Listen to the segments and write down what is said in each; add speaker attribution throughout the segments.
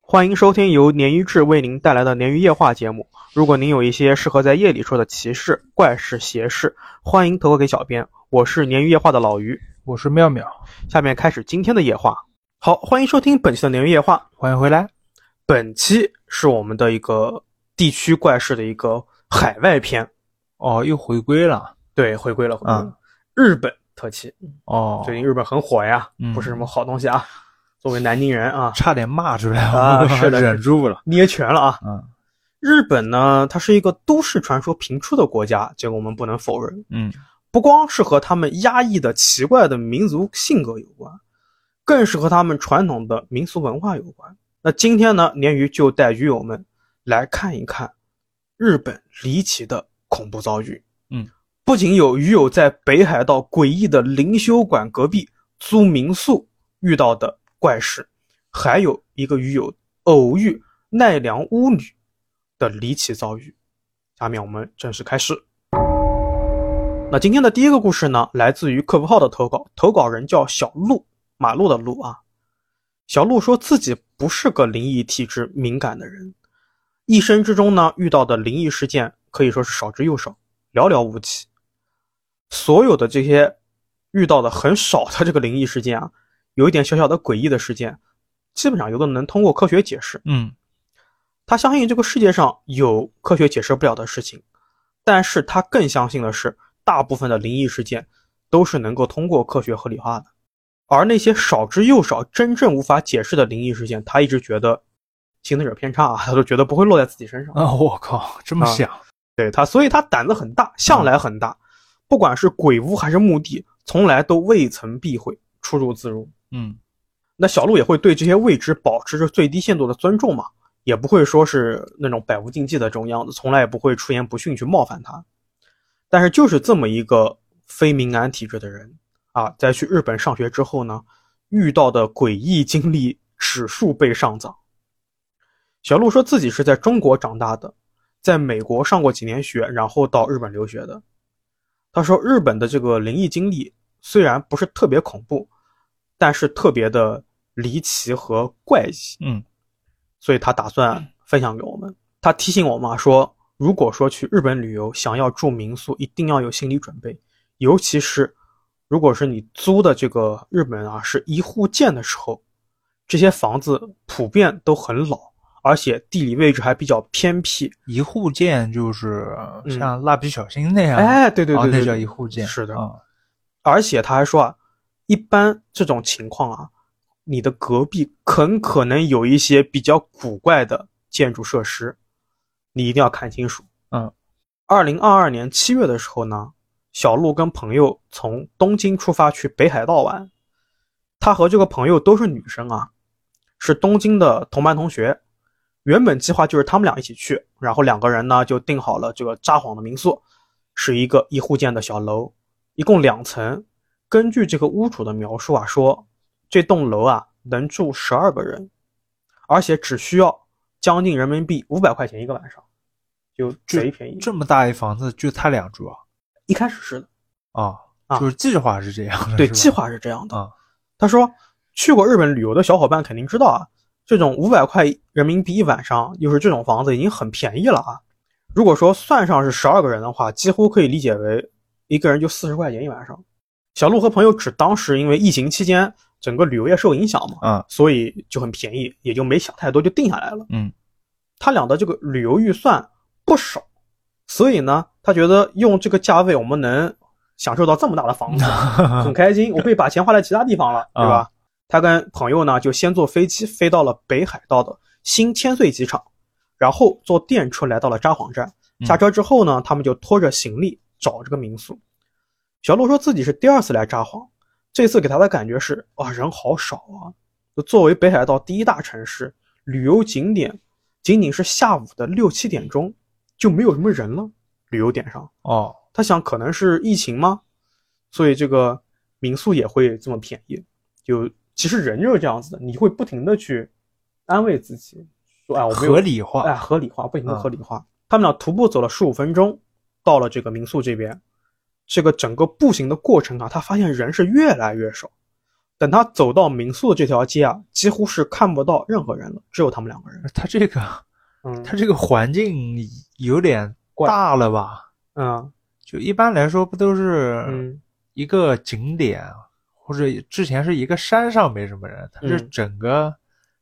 Speaker 1: 欢迎收听由鲶鱼志为您带来的鲶鱼夜话节目。如果您有一些适合在夜里说的奇事、怪事、邪事，欢迎投稿给小编。我是鲶鱼夜话的老于，
Speaker 2: 我是妙妙，
Speaker 1: 下面开始今天的夜话。好，欢迎收听本期的鲶鱼夜话。
Speaker 2: 欢迎回来。
Speaker 1: 本期是我们的一个地区怪事的一个海外篇，
Speaker 2: 哦，又回归了。
Speaker 1: 对，回归了，回归了、
Speaker 2: 嗯
Speaker 1: 日本特辑。
Speaker 2: 哦，
Speaker 1: 最近日本很火呀，
Speaker 2: 嗯
Speaker 1: 不是什么好东西啊。作为南京人啊，
Speaker 2: 差点骂出来
Speaker 1: 啊是的
Speaker 2: 忍住了。
Speaker 1: 捏拳了啊。
Speaker 2: 嗯
Speaker 1: 日本呢，它是一个都市传说频出的国家，这个我们不能否认。
Speaker 2: 嗯，
Speaker 1: 不光是和他们压抑的奇怪的民族性格有关，更是和他们传统的民俗文化有关。那今天呢，鲶鱼就带鱼友们来看一看日本离奇的恐怖遭遇。
Speaker 2: 嗯，
Speaker 1: 不仅有鱼友在北海道诡异的灵修馆隔壁租民宿遇到的怪事，还有一个鱼友偶遇奈良巫女的离奇遭遇。下面我们正式开始。那今天的第一个故事呢，来自于客服号的投稿，投稿人叫小鹿，马路的路啊。小鹿说自己不是个灵异体质敏感的人，一生之中呢遇到的灵异事件可以说是少之又少，寥寥无几。所有的这些遇到的很少的这个灵异事件啊，有一点小小的诡异的事件，基本上有的能通过科学解释。
Speaker 2: 嗯
Speaker 1: 他相信这个世界上有科学解释不了的事情，但是他更相信的是，大部分的灵异事件都是能够通过科学合理化的，而那些少之又少、真正无法解释的灵异事件，他一直觉得行得者偏差啊，他都觉得不会落在自己身上。
Speaker 2: 啊，我靠，这么
Speaker 1: 啊
Speaker 2: 想，
Speaker 1: 对他，所以他胆子很大，向来很大，不管是鬼屋还是墓地，从来都未曾避讳，出入自如。
Speaker 2: 嗯
Speaker 1: 那小鹿也会对这些未知保持着最低限度的尊重嘛，也不会说是那种百无禁忌的这种样子，从来也不会出言不逊去冒犯他。但是就是这么一个非敏感体质的人啊，在去日本上学之后呢，遇到的诡异经历指数倍上涨。小鹿说自己是在中国长大的，在美国上过几年学，然后到日本留学的。他说日本的这个灵异经历虽然不是特别恐怖，但是特别的离奇和怪异，
Speaker 2: 嗯
Speaker 1: 所以他打算分享给我们。他提醒我们啊说，如果说去日本旅游，想要住民宿，一定要有心理准备，尤其是如果是你租的这个日本啊是一户建的时候，这些房子普遍都很老，而且地理位置还比较偏僻。
Speaker 2: 一户建就是
Speaker 1: 嗯
Speaker 2: 像蜡笔小新那样，
Speaker 1: 哎，对对
Speaker 2: 啊
Speaker 1: 对对，
Speaker 2: 那叫
Speaker 1: 对
Speaker 2: 一户建。
Speaker 1: 是的，
Speaker 2: 啊
Speaker 1: 而且他还说啊，一般这种情况啊，你的隔壁很可能有一些比较古怪的建筑设施，你一定要看清楚。
Speaker 2: 嗯，
Speaker 1: 二零二二年七月的时候呢，小鹿跟朋友从东京出发去北海道玩，他和这个朋友都是女生啊，是东京的同班同学。原本计划就是他们俩一起去，然后两个人呢就订好了这个札幌的民宿，是一个一户建的小楼，一共两层。根据这个屋主的描述啊，说这栋楼啊能住十二个人，而且只需要将近人民币五百块钱一个晚上，就贼便宜。
Speaker 2: 这么大一房子，就他俩住啊
Speaker 1: 一开始是的，啊
Speaker 2: 啊，就是计划是这样的，
Speaker 1: 对，
Speaker 2: 是吧
Speaker 1: 计划是这样的。
Speaker 2: 啊，
Speaker 1: 他说，去过日本旅游的小伙伴肯定知道啊，这种五百块人民币一晚上，又是这种房子，已经很便宜了啊。如果说算上是十二个人的话，几乎可以理解为一个人就四十块钱一晚上。小鹿和朋友指当时因为疫情期间整个旅游业受影响嘛，
Speaker 2: 啊，
Speaker 1: 所以就很便宜，也就没想太多就定下来了。
Speaker 2: 嗯，
Speaker 1: 他俩的这个旅游预算不少，所以呢，他觉得用这个价位我们能享受到这么大的房子，很开心，我可以把钱花在其他地方了，对吧？他跟朋友呢就先坐飞机飞到了北海道的新千岁机场，然后坐电车来到了札幌站。
Speaker 2: 嗯
Speaker 1: 下车之后呢，他们就拖着行李找这个民宿。小鹿说自己是第二次来札幌，这次给他的感觉是啊，人好少啊。就作为北海道第一大城市，旅游景点仅仅是下午的六七点钟就没有什么人了，旅游点上。
Speaker 2: 哦，
Speaker 1: 他想可能是疫情吗？所以这个民宿也会这么便宜。就其实人就是这样子的，你会不停的去安慰自己，说哎我没有
Speaker 2: 合理化
Speaker 1: 哎合理化，不停的
Speaker 2: 嗯
Speaker 1: 合理化。他们俩徒步走了十五分钟，到了这个民宿这边。这个整个步行的过程啊，他发现人是越来越少，等他走到民宿的这条街啊，几乎是看不到任何人了，只有他们两个人。
Speaker 2: 他这个
Speaker 1: 嗯
Speaker 2: 他这个环境有点
Speaker 1: 怪
Speaker 2: 大了吧？
Speaker 1: 嗯
Speaker 2: 就一般来说，不都是
Speaker 1: 嗯
Speaker 2: 一个景点，啊或者之前是一个山上没什么人，他是
Speaker 1: 嗯
Speaker 2: 整个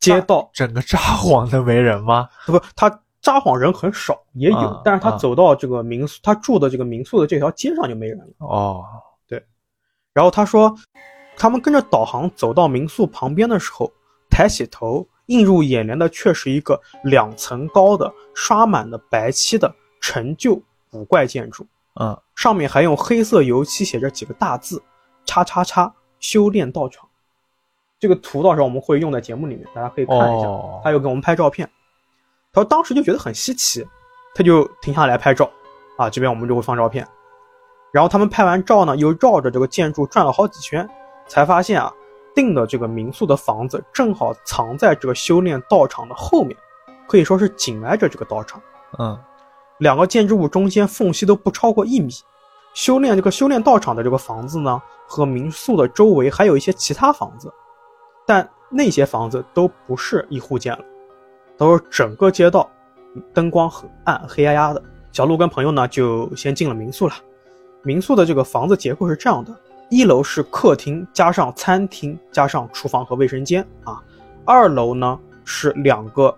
Speaker 1: 街道
Speaker 2: 整个札幌的没人吗？
Speaker 1: 不，他札幌人很少，也有，
Speaker 2: 啊
Speaker 1: 但是他
Speaker 2: 啊
Speaker 1: 走到这个民宿，他住的这个民宿的这条街上就没人了。
Speaker 2: 哦，
Speaker 1: 然后他说，他们跟着导航走到民宿旁边的时候，抬起头，映入眼帘的却是一个两层高的、刷满了白漆的陈旧古怪建筑，
Speaker 2: 嗯，
Speaker 1: 上面还用黑色油漆写着几个大字：“叉叉叉修炼道场”。这个图到时候我们会用在节目里面，大家可以看一下。
Speaker 2: 哦
Speaker 1: 他，又给我们拍照片。他说当时就觉得很稀奇，他就停下来拍照啊，这边我们就会放照片。然后他们拍完照呢，又绕着这个建筑转了好几圈，才发现啊，订的这个民宿的房子正好藏在这个修炼道场的后面，可以说是紧挨着这个道场。
Speaker 2: 嗯，
Speaker 1: 两个建筑物中间缝隙都不超过一米。修炼这个修炼道场的这个房子呢，和民宿的周围还有一些其他房子，但那些房子都不是一户建了，都是整个街道灯光很暗，黑压压的。小鹿跟朋友呢就先进了民宿了。民宿的这个房子结构是这样的：一楼是客厅加上餐厅加上厨房和卫生间啊，二楼呢是两个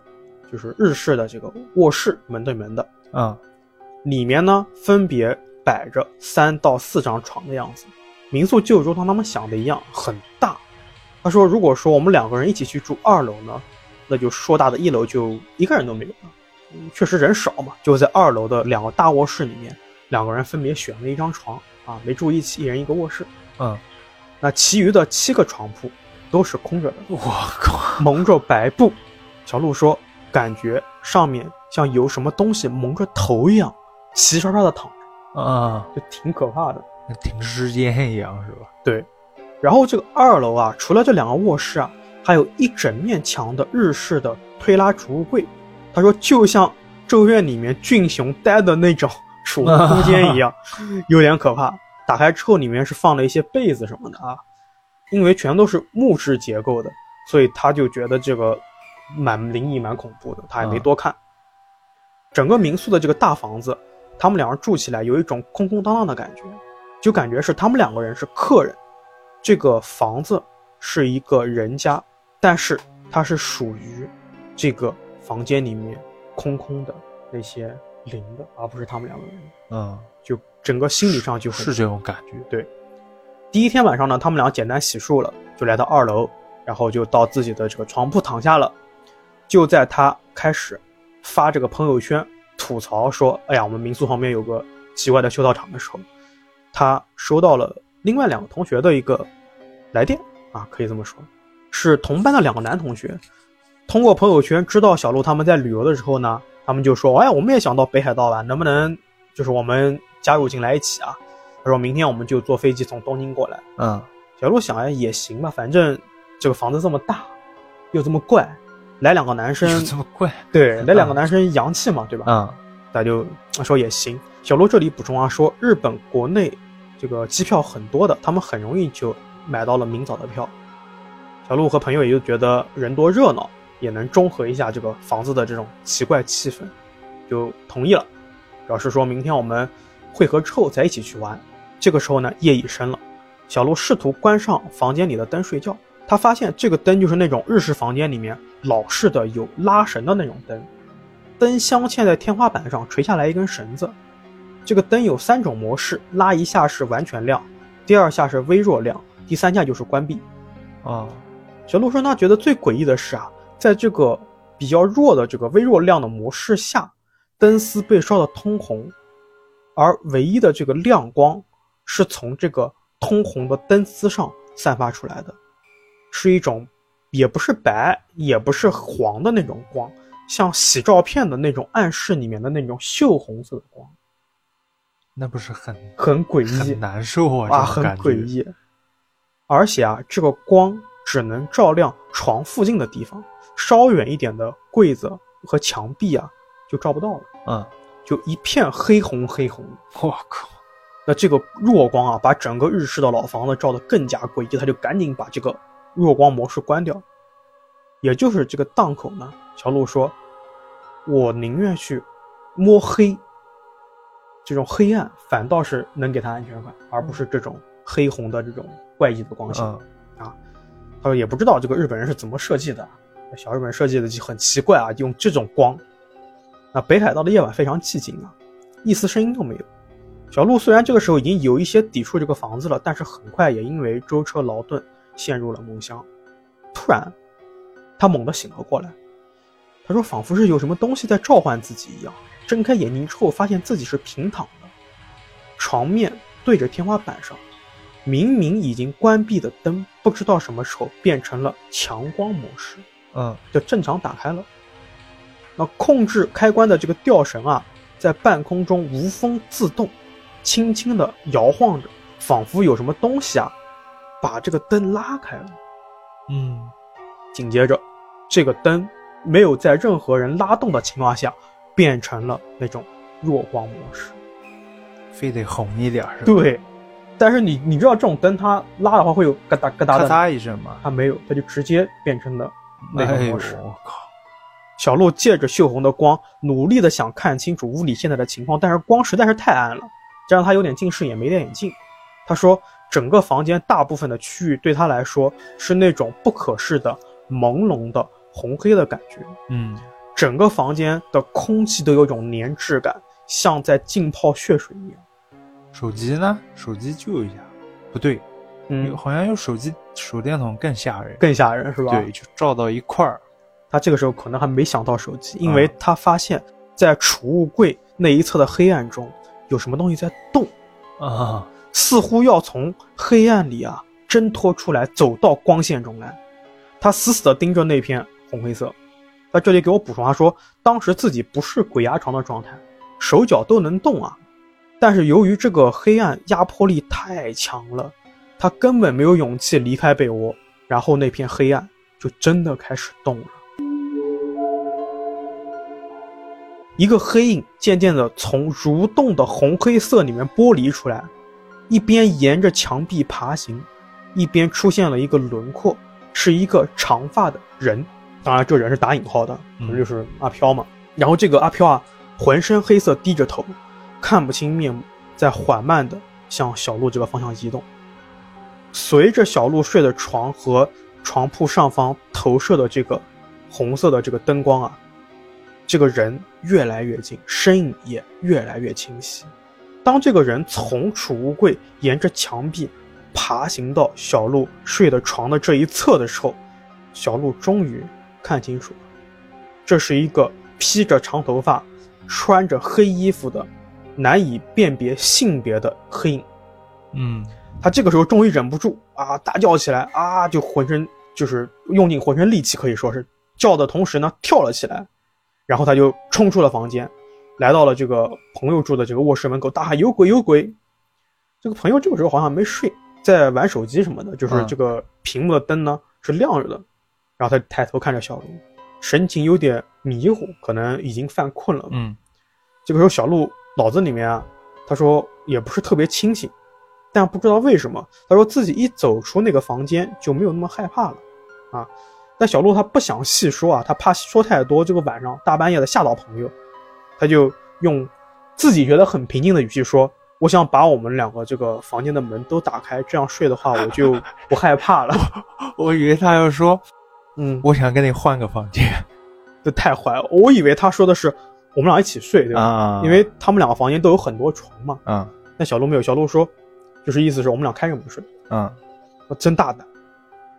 Speaker 1: 就是日式的这个卧室，门对门的。
Speaker 2: 嗯，
Speaker 1: 里面呢分别摆着三到四张床的样子。民宿就如同他们想的一样，很大。他说，如果说我们两个人一起去住二楼呢，那就硕大的一楼就一个人都没有了。嗯确实人少嘛，就在二楼的两个大卧室里面，两个人分别选了一张床啊，没住一起，一人一个卧室。
Speaker 2: 嗯，
Speaker 1: 那其余的七个床铺都是空着的，
Speaker 2: 我靠，
Speaker 1: 蒙着白布。小鹿说，感觉上面像有什么东西蒙着头一样，齐刷刷的躺着。
Speaker 2: 啊，
Speaker 1: 就挺可怕的。
Speaker 2: 挺时间一样是吧？
Speaker 1: 然后这个二楼啊，除了这两个卧室啊，还有一整面墙的日式的推拉储物柜。他说，就像《咒怨》里面俊雄待的那种储物空间一样，有点可怕。打开之后，里面是放了一些被子什么的啊，因为全都是木质结构的，所以他就觉得这个蛮灵异、蛮恐怖的。他也没
Speaker 2: 嗯
Speaker 1: 多看。整个民宿的这个大房子，他们两人住起来有一种空空荡荡的感觉，就感觉是他们两个人是客人，这个房子是一个人家，但是它是属于这个房间里面空空的那些灵的，而不是他们两个人。
Speaker 2: 嗯，
Speaker 1: 就整个心理上就很
Speaker 2: 是这种感觉。
Speaker 1: 第一天晚上呢，他们俩简单洗漱了，就来到二楼，然后就到自己的这个床铺躺下了。就在他开始发这个朋友圈吐槽说：“哎呀，我们民宿旁边有个奇怪的修道场”的时候，他收到了另外两个同学的一个来电啊，可以这么说，是同班的两个男同学。通过朋友圈知道小鹿他们在旅游的时候呢，他们就说：“哎，我们也想到北海道玩，能不能就是我们加入进来一起啊？”他说明天我们就坐飞机从东京过来。
Speaker 2: 嗯，
Speaker 1: 小鹿想哎也行吧，反正这个房子这么大，又这么怪，来两个男生，
Speaker 2: 有这么怪？
Speaker 1: 对，来两个男生洋气嘛，对吧？
Speaker 2: 嗯
Speaker 1: 他就呃说也行。小鹿这里补充啊，说日本国内这个机票很多的，他们很容易就买到了明早的票。小鹿和朋友也就觉得人多热闹，也能中和一下这个房子的这种奇怪气氛，就同意了，表示说明天我们会合之后再一起去玩。这个时候呢，夜已深了，小鹿试图关上房间里的灯睡觉，他发现这个灯就是那种日式房间里面老式的有拉绳的那种灯，灯镶嵌在天花板上，垂下来一根绳子。这个灯有三种模式，拉一下是完全亮，第二下是微弱亮，第三下就是关闭。
Speaker 2: 哦，
Speaker 1: 小鹿说他觉得最诡异的是啊，在这个比较弱的这个微弱亮的模式下，灯丝被烧得通红，而唯一的这个亮光是从这个通红的灯丝上散发出来的，是一种也不是白也不是黄的那种光，像洗照片的那种暗室里面的那种锈红色的光，
Speaker 2: 那不是很
Speaker 1: 很诡异
Speaker 2: 很。难受
Speaker 1: 啊，
Speaker 2: 啊？这种
Speaker 1: 很
Speaker 2: 感觉
Speaker 1: 诡。异。而且啊，这个光只能照亮床附近的地方，稍远一点的柜子和墙壁啊，就照不到了，
Speaker 2: 嗯，
Speaker 1: 就一片黑红黑红。
Speaker 2: 我靠，
Speaker 1: 那这个弱光啊，把整个日式的老房子照得更加诡异，他就赶紧把这个弱光模式关掉。也就是这个档口呢，小鹿说：“我宁愿去摸黑，这种黑暗反倒是能给他安全感，而不是这种黑红的这种怪异的光线。
Speaker 2: 嗯
Speaker 1: 他说也不知道这个日本人是怎么设计的，啊小日本设计的就很奇怪啊，用这种光。那北海道的夜晚非常寂静啊，一丝声音都没有。小鹿虽然这个时候已经有一些抵触这个房子了，但是很快也因为舟车劳顿陷入了梦乡。突然，他猛地醒了过来，他说仿佛是有什么东西在召唤自己一样。睁开眼睛之后，发现自己是平躺的，床面对着天花板上，明明已经关闭的灯，不知道什么时候变成了强光模式，
Speaker 2: 嗯
Speaker 1: 就正常打开了。那控制开关的这个吊绳啊，在半空中无风自动，轻轻地摇晃着，仿佛有什么东西啊，把这个灯拉开了。
Speaker 2: 嗯
Speaker 1: 紧接着，这个灯没有在任何人拉动的情况下，变成了那种弱光模式。
Speaker 2: 非得红一点儿是吧？
Speaker 1: 对，但是你你知道这种灯它拉的话会有咯哒咯哒
Speaker 2: 咔
Speaker 1: 的，
Speaker 2: 嚓一声嘛，
Speaker 1: 它没有，它就直接变成了那
Speaker 2: 哎
Speaker 1: 种
Speaker 2: 呦
Speaker 1: 模式。
Speaker 2: 我靠，
Speaker 1: 小鹿借着锈红的光，努力的想看清楚屋里现在的情况，但是光实在是太暗了，加上他有点近视，也没戴眼镜。他说，整个房间大部分的区域对他来说是那种不可视的、朦胧的红黑的感觉。
Speaker 2: 嗯，
Speaker 1: 整个房间的空气都有种粘滞感，像在浸泡血水一样。
Speaker 2: 手机呢？手机救一下，不对，
Speaker 1: 嗯，
Speaker 2: 好像用手机手电筒更吓人，
Speaker 1: 更吓人是吧？
Speaker 2: 对，就照到一块儿，
Speaker 1: 他这个时候可能还没想到手机，因为他发现，在储物柜那一侧的黑暗中有什么东西在动，
Speaker 2: 啊，
Speaker 1: 似乎要从黑暗里啊挣脱出来，走到光线中来。他死死地盯着那片红黑色。他这里给我补充，他啊说当时自己不是鬼压床的状态，手脚都能动啊，但是由于这个黑暗压迫力太强了，他根本没有勇气离开被窝。然后那片黑暗就真的开始动了。一个黑影渐渐地从蠕动的红黑色里面剥离出来，一边沿着墙壁爬行，一边出现了一个轮廓，是一个长发的人。当然，这人是打引号的，可能就是阿飘嘛。然后这个阿飘啊，浑身黑色，低着头，看不清面目，在缓慢地向小路这个方向移动。随着小鹿睡的床和床铺上方投射的这个红色的这个灯光啊，这个人越来越近，身影也越来越清晰。当这个人从储物柜沿着墙壁爬行到小鹿睡的床的这一侧的时候，小鹿终于看清楚了，这是一个披着长头发、穿着黑衣服的、难以辨别性别的黑影。
Speaker 2: 嗯
Speaker 1: 他这个时候终于忍不住啊，大叫起来啊，就浑身就是用尽浑身力气，可以说是叫的同时呢，跳了起来，然后他就冲出了房间，来到了这个朋友住的这个卧室门口，大喊有鬼有鬼。这个朋友这个时候好像没睡，在玩手机什么的，就是
Speaker 2: 嗯
Speaker 1: 这个屏幕的灯呢是亮着的，然后他抬头看着小鹿，神情有点迷糊，可能已经犯困了。
Speaker 2: 嗯
Speaker 1: 这个时候小鹿脑子里面啊，他说也不是特别清醒，但不知道为什么，他说自己一走出那个房间就没有那么害怕了，啊，但小鹿他不想细说啊，他怕说太多，这个晚上大半夜的吓到朋友，他就用自己觉得很平静的语气说。我想把我们两个这个房间的门都打开，这样睡的话我就不害怕了。
Speaker 2: 我以为他要说，
Speaker 1: 嗯，
Speaker 2: 我想跟你换个房间
Speaker 1: 这太坏了，我以为他说的是我们俩一起睡，对吧？
Speaker 2: 啊
Speaker 1: 因为他们两个房间都有很多床嘛。
Speaker 2: 啊
Speaker 1: 那小鹿没有，小鹿说，就是意思是我们俩开着门睡，
Speaker 2: 啊
Speaker 1: 我真大胆。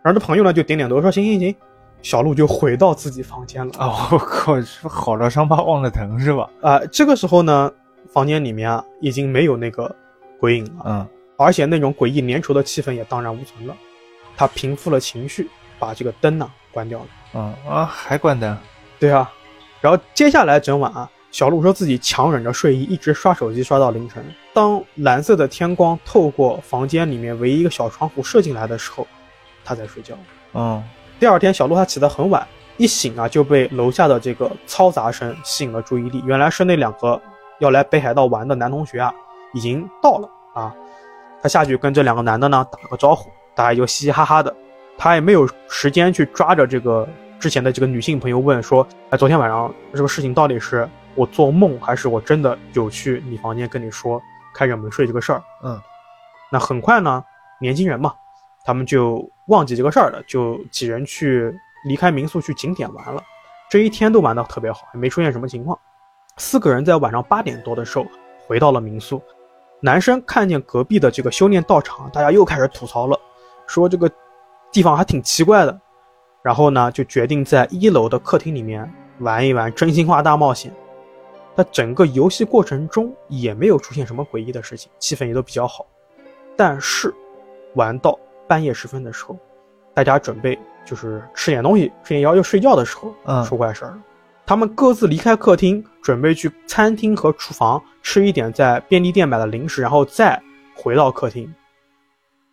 Speaker 1: 然后这朋友呢就点点头说行行行，小鹿就回到自己房间了啊、
Speaker 2: 啊！我靠，是好了伤疤忘了疼是吧？
Speaker 1: 呃这个时候呢，房间里面啊已经没有那个鬼影了，
Speaker 2: 嗯
Speaker 1: 而且那种诡异粘稠的气氛也荡然无存了。他平复了情绪，把这个灯呐、关掉了。
Speaker 2: 嗯啊，还关灯
Speaker 1: 对啊，然后接下来整晚啊，小鹿说自己强忍着睡意，一直刷手机刷到凌晨。当蓝色的天光透过房间里面唯一一个小窗户射进来的时候，他在睡觉。
Speaker 2: 嗯
Speaker 1: 第二天，小鹿他起得很晚，一醒啊就被楼下的这个嘈杂声吸引了注意力。原来是那两个要来北海道玩的男同学啊，已经到了。啊，他下去跟这两个男的呢打个招呼，大家就嘻嘻哈哈的。他也没有时间去抓着这个之前的这个女性朋友问说，哎，昨天晚上这个事情到底是我做梦，还是我真的有去你房间跟你说开着门睡这个事儿？
Speaker 2: 嗯，
Speaker 1: 那很快呢，年轻人嘛，他们就忘记这个事儿了，就几人去离开民宿去景点玩了。这一天都玩的特别好，也没出现什么情况。四个人在晚上八点多的时候回到了民宿，男生看见隔壁的这个修炼道场，大家又开始吐槽了，说这个地方还挺奇怪的。然后呢，就决定在一楼的客厅里面玩一玩真心话大冒险。那整个游戏过程中也没有出现什么诡异的事情，气氛也都比较好。但是玩到半夜时分的时候，大家准备就是吃点东西、吃点药要睡觉的时候，
Speaker 2: 嗯
Speaker 1: 出怪事儿了。他们各自离开客厅，准备去餐厅和厨房吃一点在便利店买的零食，然后再回到客厅。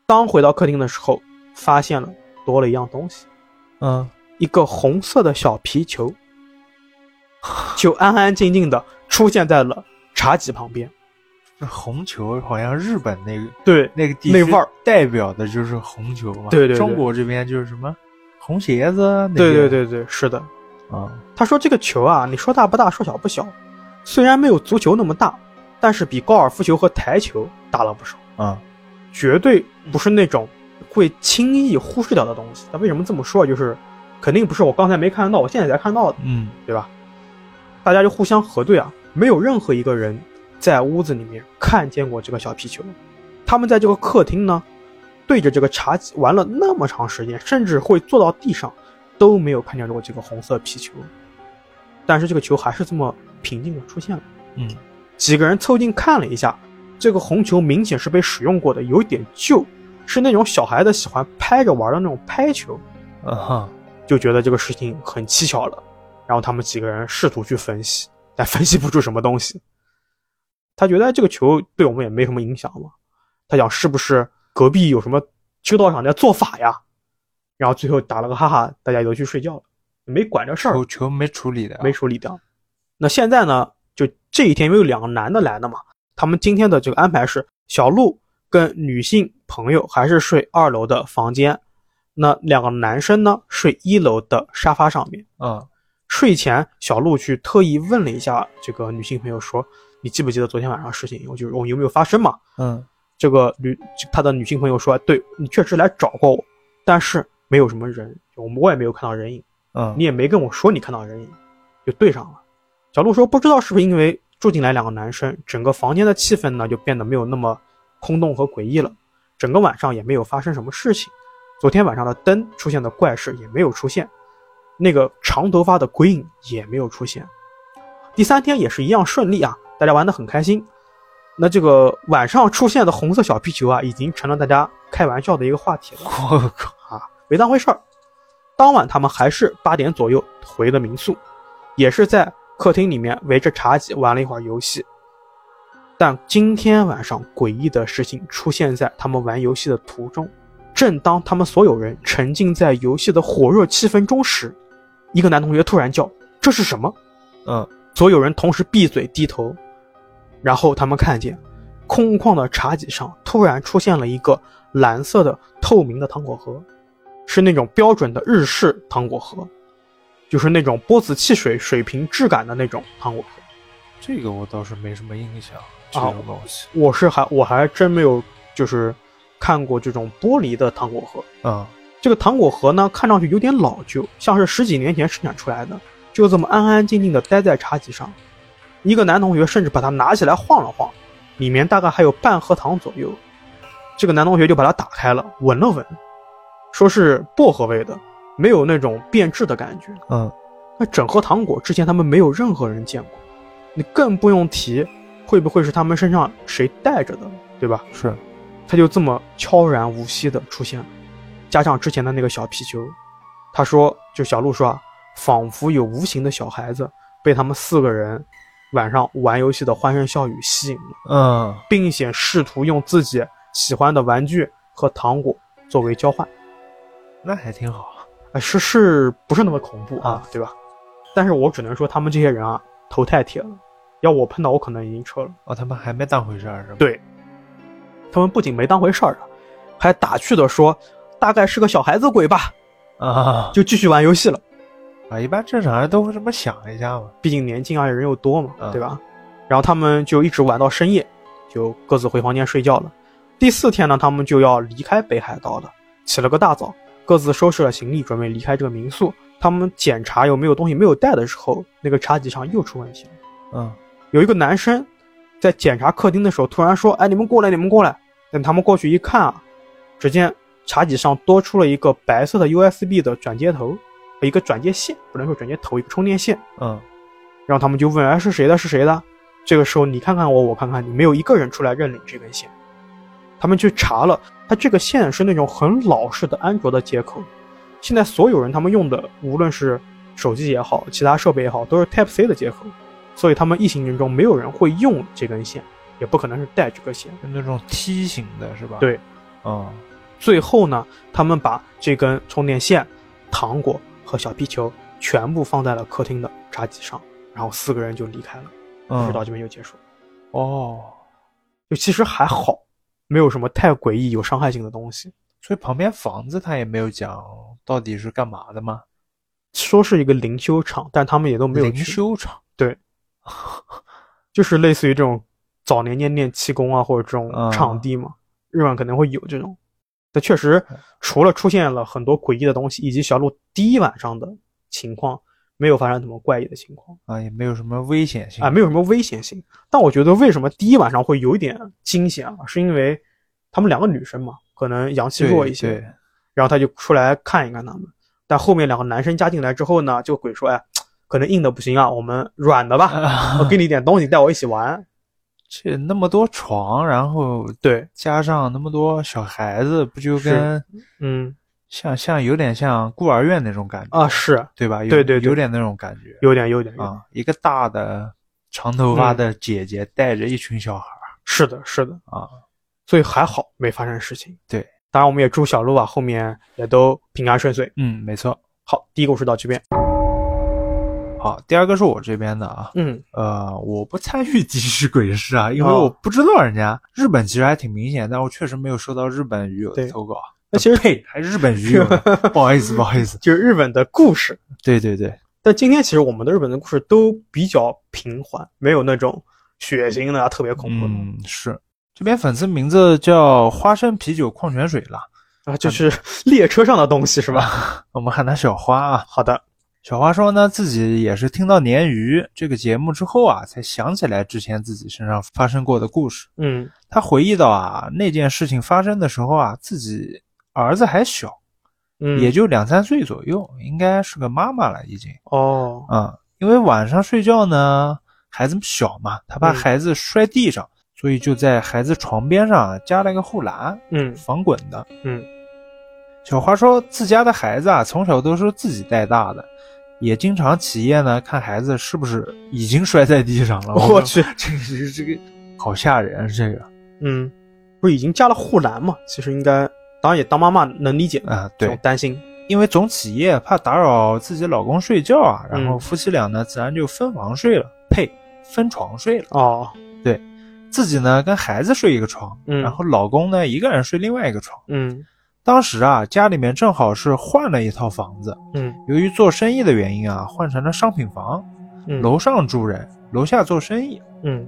Speaker 1: 当回到客厅的时候，发现了多了一样东西，
Speaker 2: 嗯，
Speaker 1: 一个红色的小皮球， 就安安静静的出现在了茶几旁边。
Speaker 2: 这红球好像日本那个
Speaker 1: 对，
Speaker 2: 那个地
Speaker 1: 那
Speaker 2: 区
Speaker 1: 味儿
Speaker 2: 代表的就是红球嘛。
Speaker 1: 对对对
Speaker 2: 中国这边就是什么红鞋子啊那边。
Speaker 1: 对对对对，是的。
Speaker 2: 啊，
Speaker 1: 他说这个球啊，你说大不大，说小不小，虽然没有足球那么大，但是比高尔夫球和台球大了不少。
Speaker 2: 啊
Speaker 1: 绝对不是那种会轻易忽视掉的东西。那为什么这么说？就是肯定不是我刚才没看到，我现在才看到的，
Speaker 2: 嗯
Speaker 1: 对吧？大家就互相核对啊，没有任何一个人在屋子里面看见过这个小皮球。他们在这个客厅呢，对着这个茶几玩了那么长时间，甚至会坐到地上，都没有看见过这个红色皮球。但是这个球还是这么平静的出现了。
Speaker 2: 嗯
Speaker 1: 几个人凑近看了一下，这个红球明显是被使用过的，有一点旧，是那种小孩子喜欢拍着玩的那种拍球，
Speaker 2: 啊哈，
Speaker 1: 就觉得这个事情很蹊跷了。然后他们几个人试图去分析，但 分析不出什么东西。他觉得这个球对我们也没什么影响嘛，他想是不是隔壁有什么修道场在做法呀？然后最后打了个哈哈，大家也都去睡觉了，没管这事儿。
Speaker 2: 球球没处理的啊，
Speaker 1: 没处理掉。那现在呢，就这一天因为有两个男的来的嘛，他们今天的这个安排是小鹿跟女性朋友还是睡二楼的房间，那两个男生呢睡一楼的沙发上面。
Speaker 2: 啊
Speaker 1: 睡前，小鹿去特意问了一下这个女性朋友说：“你记不记得昨天晚上事情？我就我有没有发生嘛
Speaker 2: 嗯？”
Speaker 1: 这个女她的女性朋友说：“对你确实来找过我，但是没有什么人，我我也没有看到人影。”
Speaker 2: 嗯
Speaker 1: 你也没跟我说你看到人影，就对上了。小鹿说不知道是不是因为住进来两个男生，整个房间的气氛呢就变得没有那么空洞和诡异了，整个晚上也没有发生什么事情。昨天晚上的灯出现的怪事也没有出现，那个长头发的鬼影也没有出现。第三天也是一样顺利啊，大家玩得很开心。那这个晚上出现的红色小皮球啊，已经成了大家开玩笑的一个话题了。
Speaker 2: 我靠，
Speaker 1: 啊，没当回事儿。当晚他们还是八点左右回的民宿，也是在客厅里面围着茶几玩了一会儿游戏。但今天晚上诡异的事情出现在他们玩游戏的途中，正当他们所有人沉浸在游戏的火热气氛中时，一个男同学突然叫：“这是什么？”
Speaker 2: 嗯
Speaker 1: 所有人同时闭嘴低头，然后他们看见空旷的茶几上突然出现了一个蓝色的透明的糖果盒，是那种标准的日式糖果盒，就是那种波子汽水水瓶质感的那种糖果盒。
Speaker 2: 这个我倒是没什么印象，
Speaker 1: 啊
Speaker 2: 这种东西
Speaker 1: 我是还我还真没有就是看过这种玻璃的糖果盒，
Speaker 2: 啊
Speaker 1: 这个糖果盒呢，看上去有点老旧，像是十几年前生产出来的，就这么安安静静的待在茶几上。一个男同学甚至把它拿起来晃了晃，里面大概还有半盒糖左右。这个男同学就把它打开了，闻了闻，说是薄荷味的，没有那种变质的感觉。
Speaker 2: 嗯
Speaker 1: 那整盒糖果之前他们没有任何人见过，你更不用提会不会是他们身上谁带着的，对吧？
Speaker 2: 是
Speaker 1: 他就这么悄然无息的出现了，加上之前的那个小皮球，他说，就小鹿说啊，仿佛有无形的小孩子被他们四个人晚上玩游戏的欢声笑语吸引了，
Speaker 2: 嗯
Speaker 1: 并且试图用自己喜欢的玩具和糖果作为交换，
Speaker 2: 那还挺好
Speaker 1: 呃，是是不是那么恐怖啊
Speaker 2: 啊，
Speaker 1: 对吧？但是我只能说他们这些人啊，头太铁了，要我碰到我可能已经撤了。
Speaker 2: 哦，他们还没当回事儿是吧？
Speaker 1: 对他们不仅没当回事儿啊，还打趣的说，大概是个小孩子鬼吧，
Speaker 2: 啊
Speaker 1: 就继续玩游戏了。
Speaker 2: 啊！一般正常人都会这么想一下嘛。
Speaker 1: 毕竟年轻而且人又多嘛，
Speaker 2: 嗯
Speaker 1: 对吧？然后他们就一直玩到深夜，就各自回房间睡觉了。第四天呢，他们就要离开北海道了。起了个大早，各自收拾了行李，准备离开这个民宿。他们检查有没有东西没有带的时候，那个茶几上又出问题了。
Speaker 2: 嗯
Speaker 1: 有一个男生在检查客厅的时候，突然说：“哎，你们过来，你们过来。”等他们过去一看啊，只见茶几上多出了一个白色的 USB 的转接头，呃一个转接线，不能说转接头，一个充电线。
Speaker 2: 嗯
Speaker 1: 然后他们就问：“哎，是谁的？是谁的？”这个时候你看看我，我看看你，没有一个人出来认领这根线。他们去查了，它这个线是那种很老式的安卓的接口。现在所有人他们用的，无论是手机也好，其他设备也好，都是 Type C 的接口，所以他们一行人中没有人会用这根线，也不可能是带这根线。
Speaker 2: 就那种梯形的是吧？
Speaker 1: 对，
Speaker 2: 嗯
Speaker 1: 最后呢，他们把这根充电线、糖果和小皮球全部放在了客厅的茶几上，然后四个人就离开了，故事到
Speaker 2: 嗯
Speaker 1: 这边就结束了。
Speaker 2: 哦，
Speaker 1: 就其实还好，没有什么太诡异、有伤害性的东西。
Speaker 2: 所以旁边房子他也没有讲到底是干嘛的吗？
Speaker 1: 说是一个灵修场，但他们也都没有
Speaker 2: 灵
Speaker 1: 去，
Speaker 2: 修场
Speaker 1: 就是类似于这种早年间练气功啊，或者这种
Speaker 2: 嗯
Speaker 1: 场地嘛，日本可能会有这种。但确实，除了出现了很多诡异的东西，以及小鹿第一晚上的情况，没有发生什么怪异的情况
Speaker 2: 啊，也没有什么危险性
Speaker 1: 啊、没有什么危险性。但我觉得为什么第一晚上会有一点惊险啊，是因为她们两个女生嘛，可能阳气
Speaker 2: 对
Speaker 1: 弱一些，
Speaker 2: 对
Speaker 1: 然后他就出来看一看他们。但后面两个男生加进来之后呢，这个鬼说：“哎，可能硬的不行啊，我们软的吧，我给你点东西，带我一起玩。
Speaker 2: 这那么多床，然后”
Speaker 1: 对，
Speaker 2: 加上那么多小孩子，不就是跟
Speaker 1: 嗯
Speaker 2: 像像有点像孤儿院那种感觉
Speaker 1: 啊，是
Speaker 2: 对吧？有
Speaker 1: 对对对
Speaker 2: 有点那种感觉
Speaker 1: 有点有嗯点有点
Speaker 2: 啊，一个大的长头发的姐姐带着一群小孩儿
Speaker 1: 是的，是的，
Speaker 2: 啊，
Speaker 1: 所以还好没发生事情。
Speaker 2: 对，
Speaker 1: 当然我们也祝小鹿啊后面也都平安顺遂。
Speaker 2: 嗯，没错。
Speaker 1: 好，第一个故事到这边。
Speaker 2: 好，第二个是我这边的啊，
Speaker 1: 嗯
Speaker 2: 呃，我不参与即时鬼事啊，因为
Speaker 1: 哦
Speaker 2: 我不知道人家、日本其实还挺明显，但我确实没有收到日本鱼友
Speaker 1: 对
Speaker 2: 的投稿。
Speaker 1: 那其实
Speaker 2: 呸，还日本 鱼友呢，不好意思，不好意思。
Speaker 1: 就是日本的故事，
Speaker 2: 对对对，
Speaker 1: 但今天其实我们的日本的故事都比较平缓，没有那种血腥的啊、特别恐怖的、
Speaker 2: 嗯，是这边粉丝名字叫花生啤酒矿泉水了，
Speaker 1: 啊，
Speaker 2: 嗯
Speaker 1: 就是 列车上的东西是吧？
Speaker 2: 我们喊他小花啊。
Speaker 1: 好的，
Speaker 2: 小花说呢，自己也是听到《鲶鱼》这个节目之后啊，才想起来之前自己身上发生过的故事。
Speaker 1: 嗯
Speaker 2: 他回忆到啊，那件事情发生的时候啊，自己儿子还小，
Speaker 1: 嗯，
Speaker 2: 也就两三岁左右，应该是个妈妈了已经
Speaker 1: 哦，
Speaker 2: 啊、因为晚上睡觉呢，孩子小嘛，他怕
Speaker 1: 嗯
Speaker 2: 孩子摔地上，所以就在孩子床边上啊加了一个护栏，
Speaker 1: 嗯
Speaker 2: 防滚的。
Speaker 1: 嗯，
Speaker 2: 小花说自家的孩子啊，从小都是自己带大的，也经常起夜呢看孩子是不是已经摔在地上了。
Speaker 1: 我，去，
Speaker 2: 这个这个这个好吓人，啊这 个
Speaker 1: 嗯，不是已经加了护栏嘛？其实应该，当然也当妈妈能理解
Speaker 2: 啊，
Speaker 1: 这
Speaker 2: 对
Speaker 1: 种，担心，
Speaker 2: 因为总起夜怕打扰自己老公睡觉啊，然后
Speaker 1: 嗯
Speaker 2: 夫妻俩呢自然就分房睡了，呸，分床睡了。
Speaker 1: 哦，
Speaker 2: 自己呢跟孩子睡一个床，
Speaker 1: 嗯
Speaker 2: 然后老公呢一个人睡另外一个床。
Speaker 1: 嗯
Speaker 2: 当时啊，家里面正好是换了一套房子，
Speaker 1: 嗯
Speaker 2: 由于做生意的原因啊，换成了商品房。
Speaker 1: 嗯，
Speaker 2: 楼上住人，楼下做生意。
Speaker 1: 嗯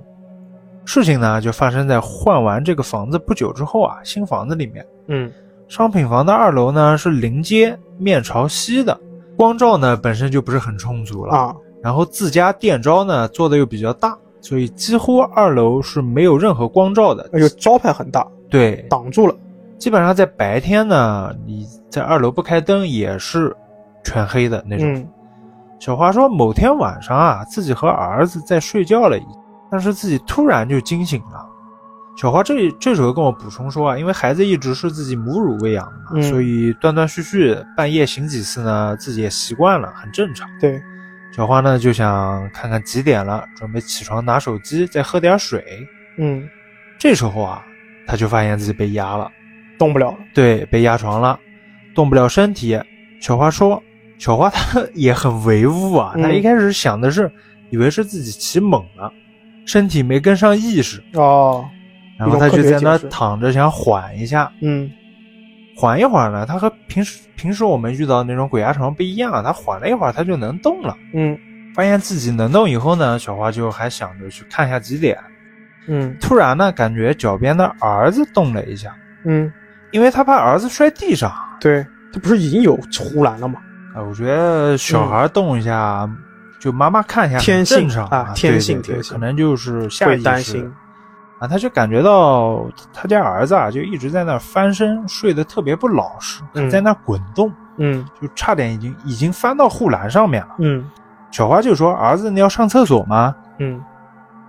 Speaker 2: 事情呢就发生在换完这个房子不久之后啊，新房子里面，
Speaker 1: 嗯
Speaker 2: 商品房的二楼呢是临街，面朝西的，光照呢本身就不是很充足了，
Speaker 1: 啊，
Speaker 2: 然后自家电招呢做的又比较大，所以几乎二楼是没有任何光照的。
Speaker 1: 而且哎招牌很大，
Speaker 2: 对，
Speaker 1: 挡住了，
Speaker 2: 基本上在白天呢，你在二楼不开灯也是全黑的那种。
Speaker 1: 嗯
Speaker 2: 小花说，某天晚上啊，自己和儿子在睡觉了，但是自己突然就惊醒了。小花这这时候跟我补充说啊，因为孩子一直是自己母乳喂养的嘛，
Speaker 1: 嗯
Speaker 2: 所以断断续续半夜醒几次呢，自己也习惯了，很正常。
Speaker 1: 对，
Speaker 2: 小花呢就想看看几点了，准备起床拿手机，再喝点水。
Speaker 1: 嗯，
Speaker 2: 这时候啊，她就发现自己被压了，
Speaker 1: 动不了了，
Speaker 2: 对，被压床了，动不了身体。小花说，小花她也很唯物啊，
Speaker 1: 嗯
Speaker 2: 她一开始想的是，以为是自己起猛了，身体没跟上意识。
Speaker 1: 哦，
Speaker 2: 然后他就在那
Speaker 1: 一种科学解释
Speaker 2: 躺着想缓一下，
Speaker 1: 嗯
Speaker 2: 缓一会儿呢，他和平时平时我们遇到的那种鬼压床不一样，他缓了一会儿他就能动了。
Speaker 1: 嗯
Speaker 2: 发现自己能动以后呢，小花就还想着去看一下几点。
Speaker 1: 嗯
Speaker 2: 突然呢，感觉脚边的儿子动了一下，
Speaker 1: 嗯，
Speaker 2: 因为他怕儿子摔地上。
Speaker 1: 对，他不是已经有呼兰了吗？
Speaker 2: 啊，我觉得小孩动一下，就妈妈看一下很
Speaker 1: 天性
Speaker 2: 正常
Speaker 1: 啊天
Speaker 2: 对对
Speaker 1: 性
Speaker 2: 对
Speaker 1: 天性
Speaker 2: 可能就是下意
Speaker 1: 会
Speaker 2: 识
Speaker 1: 担心，
Speaker 2: 啊，他就感觉到他家儿子啊，就一直在那儿翻身，睡得特别不老实，
Speaker 1: 嗯
Speaker 2: 在那儿滚动，
Speaker 1: 嗯
Speaker 2: 就差点已经已经翻到护栏上面了。
Speaker 1: 嗯
Speaker 2: 小花就说：“儿子，你要上厕所吗
Speaker 1: 嗯，？”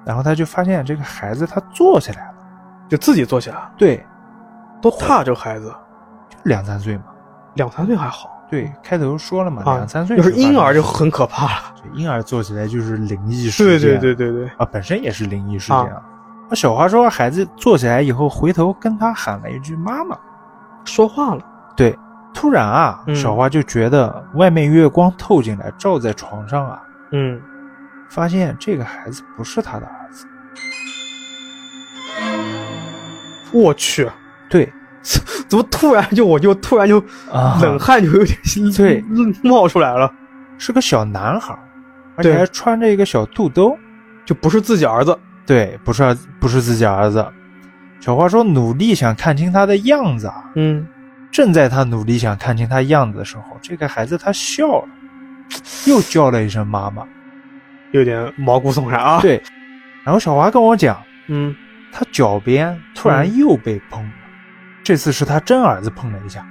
Speaker 2: 然后他就发现这个孩子他坐起来了，
Speaker 1: 就自己坐起来了，
Speaker 2: 对，
Speaker 1: 多大这孩子？
Speaker 2: 就两三岁嘛。
Speaker 1: 两三岁还好，
Speaker 2: 对，开头说了嘛，
Speaker 1: 啊
Speaker 2: 两三岁
Speaker 1: 要是婴儿就
Speaker 2: 发
Speaker 1: 很可怕了。
Speaker 2: 生对婴儿坐起来 就是灵异事
Speaker 1: 对
Speaker 2: 件，
Speaker 1: 对对对对，
Speaker 2: 啊，本身也是灵异事件啊。那小花说，孩子坐起来以后，回头跟他喊了一句“妈妈
Speaker 1: 说话了，”。
Speaker 2: 对，突然啊，
Speaker 1: 嗯
Speaker 2: 小花就觉得外面月光透进来，照在床上啊，
Speaker 1: 嗯，
Speaker 2: 发现这个孩子不是他的儿子。
Speaker 1: 我去，
Speaker 2: 对
Speaker 1: 怎么突然就我就突然就
Speaker 2: 啊，
Speaker 1: 冷汗就有点
Speaker 2: 对
Speaker 1: 冒出来了，
Speaker 2: 是个小男孩，而
Speaker 1: 对
Speaker 2: 且还穿着一个小肚兜。
Speaker 1: 就不是自己儿子。
Speaker 2: 对，不是儿子不是自己儿子。小花说，努力想看清他的样子啊，
Speaker 1: 嗯，
Speaker 2: 正在他努力想看清他样子的时候，这个孩子他笑了，又叫了一声“妈妈
Speaker 1: 有点毛骨悚然”。啊。
Speaker 2: 对，然后小华跟我讲，
Speaker 1: 嗯，
Speaker 2: 他脚边突然又被碰了，这次是他真儿子碰了一下，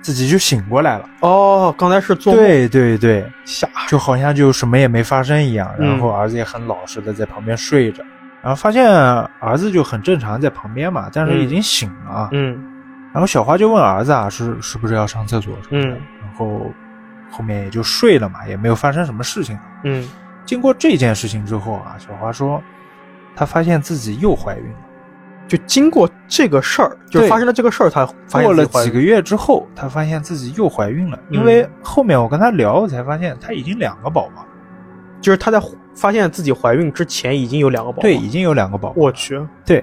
Speaker 2: 自己就醒过来了。
Speaker 1: 哦，刚才是做梦
Speaker 2: 对对对，
Speaker 1: 吓，
Speaker 2: 就好像就什么也没发生一样。
Speaker 1: 嗯
Speaker 2: 然后儿子也很老实的在旁边睡着，然后发现儿子就很正常在旁边嘛，但是已经醒了啊。
Speaker 1: 嗯
Speaker 2: 然后小花就问儿子啊，是是不是要上厕所什么的？
Speaker 1: 嗯
Speaker 2: 然后后面也就睡了嘛，也没有发生什么事情。
Speaker 1: 嗯，
Speaker 2: 经过这件事情之后啊，小花说，她发现自己又怀孕了。
Speaker 1: 就经过这个事儿，就
Speaker 2: 对
Speaker 1: 发生了这个事儿，他发现
Speaker 2: 过了
Speaker 1: 自己怀
Speaker 2: 几
Speaker 1: 孕
Speaker 2: 个月之后，她发现自己又怀孕了，
Speaker 1: 嗯
Speaker 2: 因为后面我跟她聊，我才发现她已经两个宝宝了，
Speaker 1: 就是她在发现自己怀孕之前已经有两个宝宝。
Speaker 2: 对，已经有两个宝宝。
Speaker 1: 我，去，
Speaker 2: 对，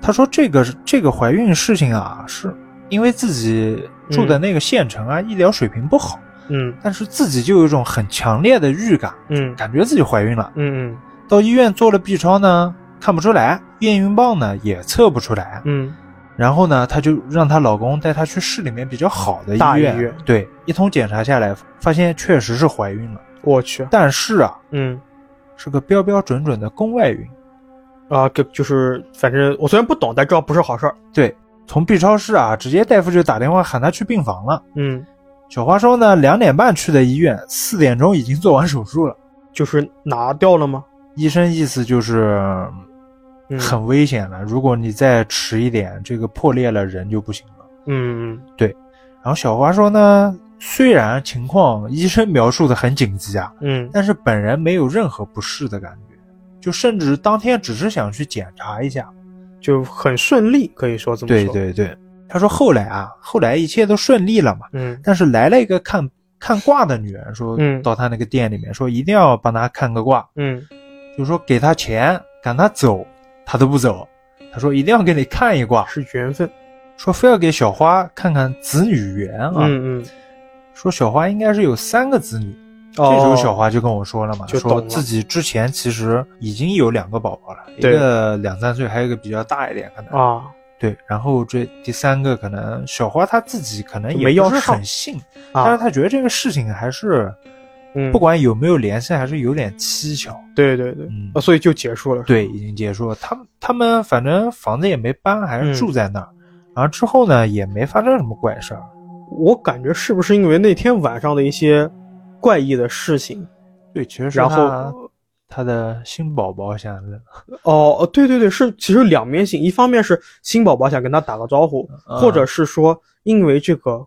Speaker 2: 她说这个这个怀孕事情啊，是因为自己住的那个县城啊，医疗水平不好，
Speaker 1: 嗯
Speaker 2: 但是自己就有一种很强烈的预感，
Speaker 1: 嗯
Speaker 2: 感觉自己怀孕了。
Speaker 1: 嗯
Speaker 2: 到医院做了 B 超呢，看不出来；验孕棒呢也测不出来。
Speaker 1: 嗯
Speaker 2: 然后呢，她就让她老公带她去市里面比较好的
Speaker 1: 大
Speaker 2: 医
Speaker 1: 医
Speaker 2: 院。
Speaker 1: 院
Speaker 2: 对，一通检查下来，发现确实是怀孕了，
Speaker 1: 嗯，我去，
Speaker 2: 但是啊，
Speaker 1: 嗯
Speaker 2: 是个标标准准的宫外孕。
Speaker 1: 啊，这就是反正我虽然不懂，但知道不是好事儿。
Speaker 2: 对，从 B 超室啊，直接大夫就打电话喊她去病房了。
Speaker 1: 嗯，
Speaker 2: 小花说呢，两点半去的医院，四点钟已经做完手术了。
Speaker 1: 就是拿掉了吗？
Speaker 2: 医生意思就是
Speaker 1: 嗯，
Speaker 2: 很危险了，如果你再迟一点，这个破裂了人就不行了。
Speaker 1: 嗯
Speaker 2: 然后小花说呢，虽然情况医生描述的很紧急啊，
Speaker 1: 嗯
Speaker 2: 但是本人没有任何不适的感觉，就甚至当天只是想去检查一下。
Speaker 1: 嗯，就很顺利，可以说这么
Speaker 2: 对嗯
Speaker 1: 说。，
Speaker 2: 对对，她说后来啊，后来一切都顺利了嘛，
Speaker 1: 嗯
Speaker 2: 但是来了一个看看卦的女人，说
Speaker 1: 嗯
Speaker 2: 到她那个店里面，说一定要帮她看个卦，
Speaker 1: 嗯，
Speaker 2: 就说给她钱赶她走，她都不走。她说一定要给你看一卦，
Speaker 1: 是缘分。
Speaker 2: 说非要给小花看看子女缘啊，
Speaker 1: 嗯嗯，
Speaker 2: 说小花应该是有三个子女。
Speaker 1: 这
Speaker 2: 这时候小花就跟我说了嘛，
Speaker 1: 哦就懂
Speaker 2: 说
Speaker 1: 了
Speaker 2: 自己之前其实已经有两个宝宝了，一
Speaker 1: 对
Speaker 2: 个两三岁，还有一个比较大一点可能。
Speaker 1: 啊
Speaker 2: 对，然后这第三个可能小花她自己可能
Speaker 1: 没
Speaker 2: 也
Speaker 1: 要
Speaker 2: 不是
Speaker 1: 上
Speaker 2: 很信，但是
Speaker 1: 啊，
Speaker 2: 她觉得这个事情还是、
Speaker 1: 嗯
Speaker 2: 不管有没有联系，还是有点蹊跷。
Speaker 1: 对对对
Speaker 2: 嗯，
Speaker 1: 啊，所以就结束了。
Speaker 2: 对，已经结束了。他们他们反正房子也没搬，还
Speaker 1: 嗯
Speaker 2: 是住在那儿。然后之后呢，也没发生什么怪事儿。
Speaker 1: 我感觉是不是因为那天晚上的一些怪异的事情，
Speaker 2: 对，其实是
Speaker 1: 然
Speaker 2: 她
Speaker 1: 后
Speaker 2: 她的新宝宝想
Speaker 1: 哦哦，对对对，是其实两面性，一方面是新宝宝想跟他打个招呼，
Speaker 2: 嗯
Speaker 1: 或者是说因为这个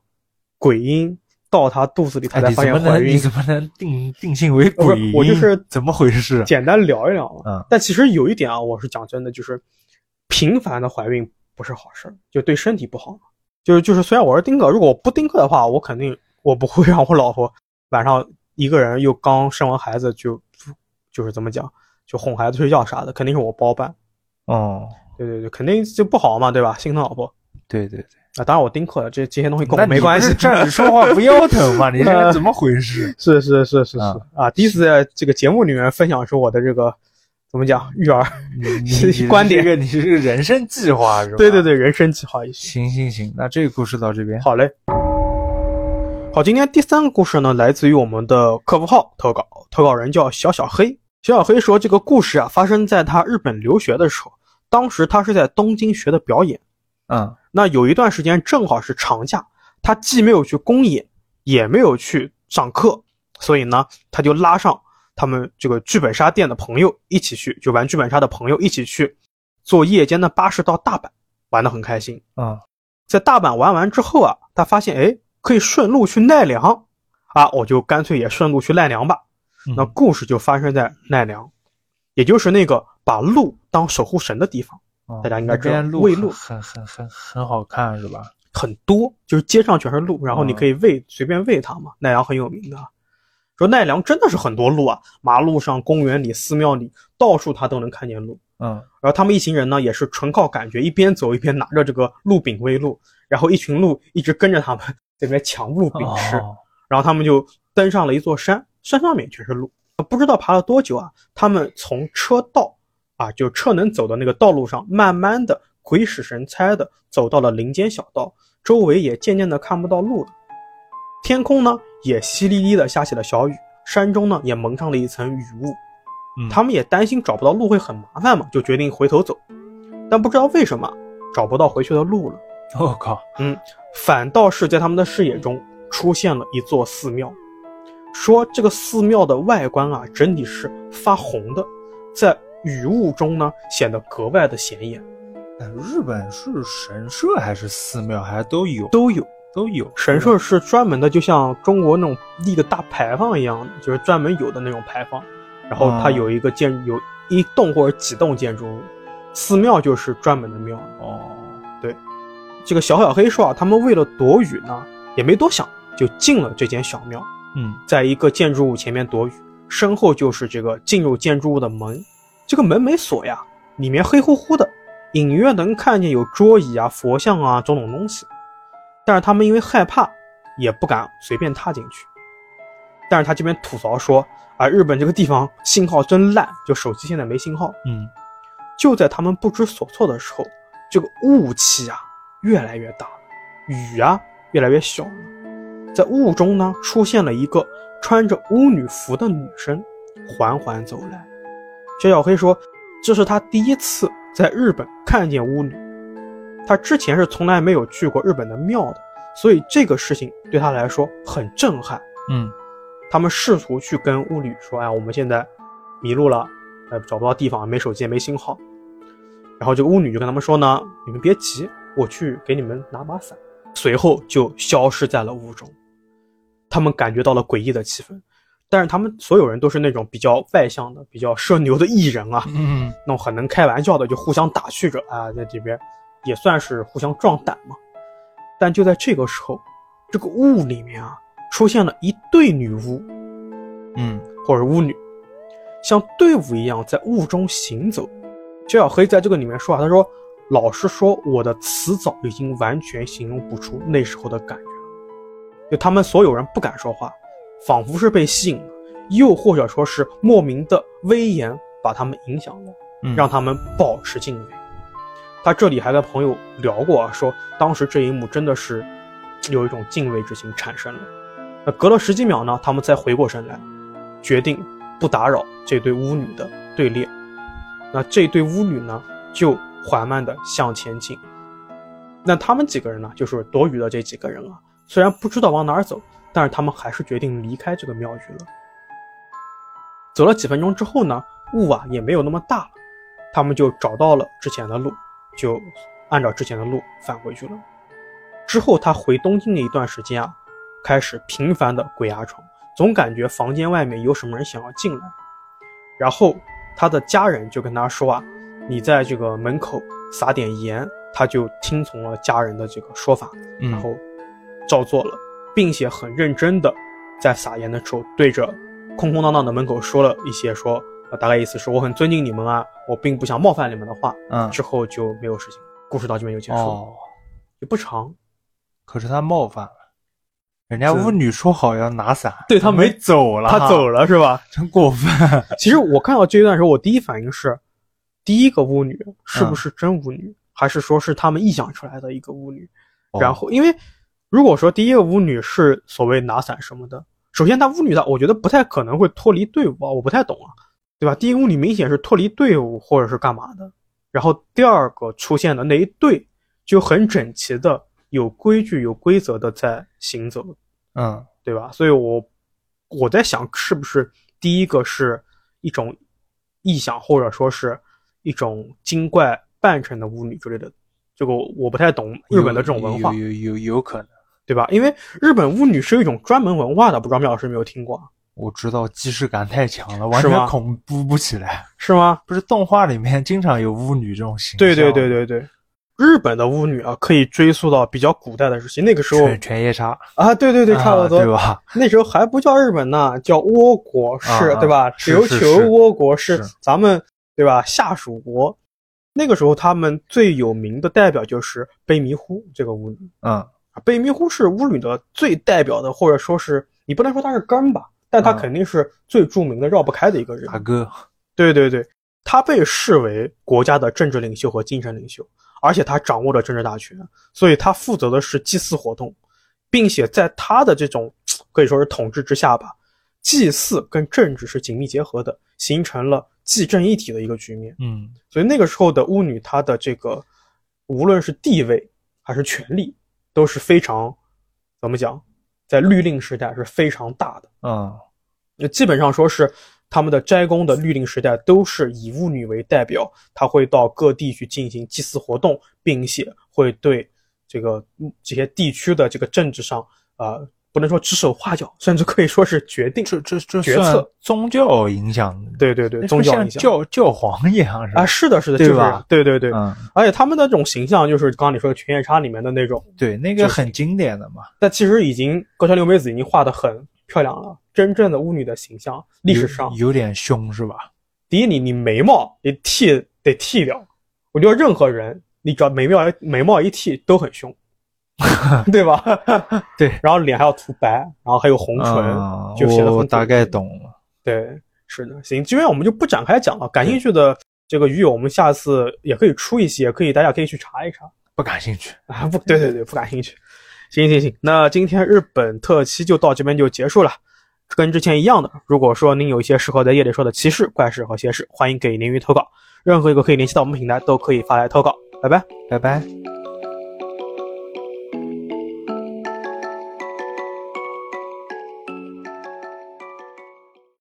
Speaker 1: 鬼婴到他肚子里，他
Speaker 2: 哎，
Speaker 1: 才
Speaker 2: 你
Speaker 1: 发
Speaker 2: 怎么
Speaker 1: 现怀
Speaker 2: 能
Speaker 1: 孕
Speaker 2: 你。怎么能定定性为
Speaker 1: 不是
Speaker 2: 鬼婴？
Speaker 1: 我就是
Speaker 2: 怎么回事？啊
Speaker 1: 简单聊一聊嘛。
Speaker 2: 嗯
Speaker 1: 但其实有一点啊，我是讲真的，就是频繁的怀孕不是好事儿，就对身体不好。就是就是，虽然我是丁克，如果我不丁克的话，我肯定我不会 让我老婆晚上一个人又刚生完孩子就就是怎么讲，就哄孩子睡觉啥的，肯定是我包办。
Speaker 2: 哦，
Speaker 1: 对对对，肯定就不好嘛，对吧？心疼老婆
Speaker 2: 对对对，
Speaker 1: 啊，当然我丁克了，这这些东西跟
Speaker 2: 那
Speaker 1: 我
Speaker 2: 你
Speaker 1: 没关
Speaker 2: 不
Speaker 1: 系呃
Speaker 2: 是。站着说话不腰疼 嘛？你这人怎么回事？
Speaker 1: 是是是是是
Speaker 2: 啊
Speaker 1: 啊！第一次在这个节目里面分享出我的这个怎么讲育儿，
Speaker 2: 你你你
Speaker 1: 观点
Speaker 2: 这个你是个人生计划是吧？
Speaker 1: 对对，对，人生计划一些。
Speaker 2: 行行行，那这个故事到这边。
Speaker 1: 好嘞。好，今天第三个故事呢，来自于我们的客服号投稿，投稿人叫小小黑。小小黑说，这个故事啊，发生在他日本留学的时候，当时他是在东京学的表演。
Speaker 2: 嗯
Speaker 1: 那有一段时间正好是长假，他既没有去公演，也没有去上课，所以呢，他就拉上他们这个剧本杀店的朋友一起去，就玩剧本杀的朋友一起去，坐夜间的巴士到大阪，玩得很开心。
Speaker 2: 嗯
Speaker 1: 在大阪玩完之后啊，他发现哎，可以顺路去奈良，啊，我就干脆也顺路去奈良吧。
Speaker 2: 嗯
Speaker 1: 那故事就发生在奈良，也就是那个把鹿当守护神的地方，
Speaker 2: 哦
Speaker 1: 大家应该知道
Speaker 2: 那边
Speaker 1: 喂
Speaker 2: 鹿
Speaker 1: 鹿
Speaker 2: 很很很很很好看是吧？
Speaker 1: 很多，就是街上全是鹿，然后你可以喂、随便喂它嘛。奈良很有名的啊，说奈良真的是很多鹿啊，马路上、公园里、寺庙里，到处他都能看见鹿。
Speaker 2: 嗯
Speaker 1: 然后他们一行人呢，也是纯靠感觉，一边走一边拿着这个鹿饼喂鹿，然后一群鹿一直跟着他们 这边抢鹿饼吃。
Speaker 2: 哦
Speaker 1: 然后他们就登上了一座山，山上面全是路，呃不知道爬了多久啊，他们从车道啊，就车能走的那个道路上，慢慢的鬼使神差的走到了林间小道，周围也渐渐的看不到路了，天空呢也淅沥沥的下起了小雨，山中呢也蒙上了一层雨雾，
Speaker 2: 嗯
Speaker 1: 他们也担心找不到路会很麻烦嘛，就决定回头走，但不知道为什么找不到回去的路了。
Speaker 2: 我、靠，
Speaker 1: 反倒是在他们的视野中出现了一座寺庙。说这个寺庙的外观啊，整体是发红的，在雨雾中呢显得格外的显眼，
Speaker 2: 哎日本是神社还是寺庙还是都有
Speaker 1: 都有。
Speaker 2: 都有
Speaker 1: 神社是专门的，就像中国那种立个大牌坊一样的，就是专门有的那种牌坊。然后它
Speaker 2: 哦
Speaker 1: 有一个建有一栋或者几栋建筑物，寺庙就是专门的庙。
Speaker 2: 哦，
Speaker 1: 这个小小黑说啊，他们为了躲雨呢，也没多想，就进了这间小庙。
Speaker 2: 嗯
Speaker 1: 在一个建筑物前面躲雨，身后就是这个进入建筑物的门。这个门没锁呀，里面黑乎乎的，隐约能看见有桌椅啊、佛像啊种种东西。但是他们因为害怕，也不敢随便踏进去。但是他这边吐槽说啊，日本这个地方信号真烂，就手机现在没信号。
Speaker 2: 嗯，
Speaker 1: 就在他们不知所措的时候，这个雾气啊越来越大了，雨啊越来越小了。在雾中呢，出现了一个穿着巫女服的女生，缓缓走来。小小黑说：“这是他第一次在日本看见巫女，他之前是从来没有去过日本的庙的，所以这个事情对他来说很震撼。”
Speaker 2: 嗯
Speaker 1: 他们试图去跟巫女说：“哎，我们现在迷路了，呃，找不到地方，没手机，也没信号。”然后这个巫女就跟他们说呢：“你们别急，我去给你们拿把伞。”随后就消失在了雾中。他们感觉到了诡异的气氛，但是他们所有人都是那种比较外向的、比较社牛的艺人啊，
Speaker 2: 嗯
Speaker 1: 那种很能开玩笑的，就互相打趣着啊，在这边也算是互相壮胆嘛。但就在这个时候，这个雾里面啊，出现了一对女巫。
Speaker 2: 嗯
Speaker 1: 或者巫女，像队伍一样在雾中行走。焦小黑在这个里面说啊，他说：“老实说，我的词藻已经完全形容不出那时候的感觉了。就他们所有人不敢说话，仿佛是被吸引了，又或者说是莫名的威严把他们影响了。”
Speaker 2: 嗯
Speaker 1: 让他们保持敬畏。他这里还跟朋友聊过啊，说当时这一幕真的是有一种敬畏之心产生了。那隔了十几秒呢，他们才回过神来，决定不打扰这对巫女的队列。那这对巫女呢，就缓慢地向前进。那他们几个人呢，就是躲雨的这几个人啊，虽然不知道往哪儿走，但是他们还是决定离开这个庙宇了。走了几分钟之后呢，雾啊也没有那么大了，他们就找到了之前的路，就按照之前的路返回去了。之后他回东京的一段时间啊，开始频繁的鬼压床，总感觉房间外面有什么人想要进来。然后他的家人就跟他说啊，你在这个门口撒点盐，他就听从了家人的这个说法，
Speaker 2: 嗯
Speaker 1: 然后照做了，并且很认真的在撒盐的时候对着空空荡荡的门口说了一些说，呃大概意思是我很尊敬你们啊，我并不想冒犯你们的话，
Speaker 2: 嗯，
Speaker 1: 之后就没有事情，故事到这边就结束了，
Speaker 2: 哦，
Speaker 1: 也不长，
Speaker 2: 可是他冒犯了，人家
Speaker 1: 是
Speaker 2: 巫女说好要拿伞，
Speaker 1: 对他没
Speaker 2: 没走了，
Speaker 1: 他走，了是吧？
Speaker 2: 真过分。
Speaker 1: 其实我看到这一段的时候，我第一反应是，第一个巫女是不是真巫女，还是说是他们臆想出来的一个巫女？然后，因为如果说第一个巫女是所谓拿伞什么的，首先她巫女她，我觉得不太可能会脱离队伍啊，我不太懂啊，对吧？第一个巫女明显是脱离队伍或者是干嘛的，然后第二个出现的那一队就很整齐的、有规矩、有规则的在行走，
Speaker 2: 嗯，
Speaker 1: 对吧？所以我我在想，是不是第一个是一种臆想，或者说是一种精怪扮成的巫女之类的？这个我我不太懂日本的这种文化
Speaker 2: 有，有有有有可能，
Speaker 1: 对吧？因为日本巫女是一种专门文化的，不知道苗老师有没有听过啊，
Speaker 2: 我知道既视感太强了，完
Speaker 1: 是吗
Speaker 2: 全恐怖不起来。
Speaker 1: 是吗？
Speaker 2: 不是动画里面经常有巫女这种形象，
Speaker 1: 对对对，对对，日本的巫女啊，可以追溯到比较古代的时期，那个时候
Speaker 2: 犬犬夜叉，
Speaker 1: 啊，对对对，差不多，
Speaker 2: 啊对吧？
Speaker 1: 那时候还不叫日本呢，叫倭国，是、
Speaker 2: 啊
Speaker 1: 对吧？
Speaker 2: 是
Speaker 1: 琉
Speaker 2: 是
Speaker 1: 球
Speaker 2: 是
Speaker 1: 倭国是
Speaker 2: 是
Speaker 1: 咱们对吧下属国。那个时候他们最有名的代表就是卑弥呼这个巫女，
Speaker 2: 嗯，
Speaker 1: 啊卑弥呼是巫女的最代表的，或者说是你不能说她是根吧，但她
Speaker 2: 啊
Speaker 1: 肯定是最著名的绕不开的一个人。
Speaker 2: 大哥，
Speaker 1: 对对对，他被视为国家的政治领袖和精神领袖，而且他掌握了政治大权，所以他负责的是祭祀活动，并且在他的这种可以说是统治之下吧，祭祀跟政治是紧密结合的，形成了祭政一体的一个局面。
Speaker 2: 嗯，
Speaker 1: 所以那个时候的巫女，她的这个无论是地位还是权力，都是非常怎么讲，在律令时代是非常大的。
Speaker 2: 嗯，
Speaker 1: 那基本上说是他们的斋宫的律令时代都是以巫女为代表，他会到各地去进行祭祀活动，并且会对这个嗯这些地区的这个政治上啊、呃不能说指手画脚，甚至可以说是决定。
Speaker 2: 这这这
Speaker 1: 决
Speaker 2: 算
Speaker 1: 策
Speaker 2: 宗教影响，
Speaker 1: 对对对，
Speaker 2: 那
Speaker 1: 宗教
Speaker 2: 就像
Speaker 1: 影响
Speaker 2: 教教皇一样是吧
Speaker 1: 啊，？是的，是的，
Speaker 2: 对
Speaker 1: 就是
Speaker 2: 吧
Speaker 1: 对对对，
Speaker 2: 嗯，
Speaker 1: 而且他们的这种形象就是刚刚你说的《犬夜叉》里面的那种，
Speaker 2: 对，那
Speaker 1: 就
Speaker 2: 个
Speaker 1: 是
Speaker 2: 很经典的嘛，
Speaker 1: 但其实已经高桥留美子已经画的很漂亮了。真正的巫女的形象，历史上
Speaker 2: 有有点凶是吧？
Speaker 1: 第一，你你眉毛你剃得剃掉，我觉得任何人，你只要眉毛眉毛一剃都很 凶，对吧？
Speaker 2: 对，
Speaker 1: 然后脸还要涂白，然后还有红唇，
Speaker 2: 嗯
Speaker 1: 就显得
Speaker 2: 我
Speaker 1: 很
Speaker 2: 大概懂了。
Speaker 1: 对，是的，行，今天我们就不展开讲了，感兴趣的这个鱼友，我们下次也可以出一些，也可以大家可以去查一查
Speaker 2: 不感兴趣，
Speaker 1: 啊，不对对对，不感兴趣。行行行，那今天日本特辑就到这边就结束了。跟之前一样的，如果说您有一些适合在夜里说的奇事、怪事和邪事，欢迎给鲶鱼投稿，任何一个可以联系到我们平台都可以发来投稿。拜拜。
Speaker 2: 拜拜。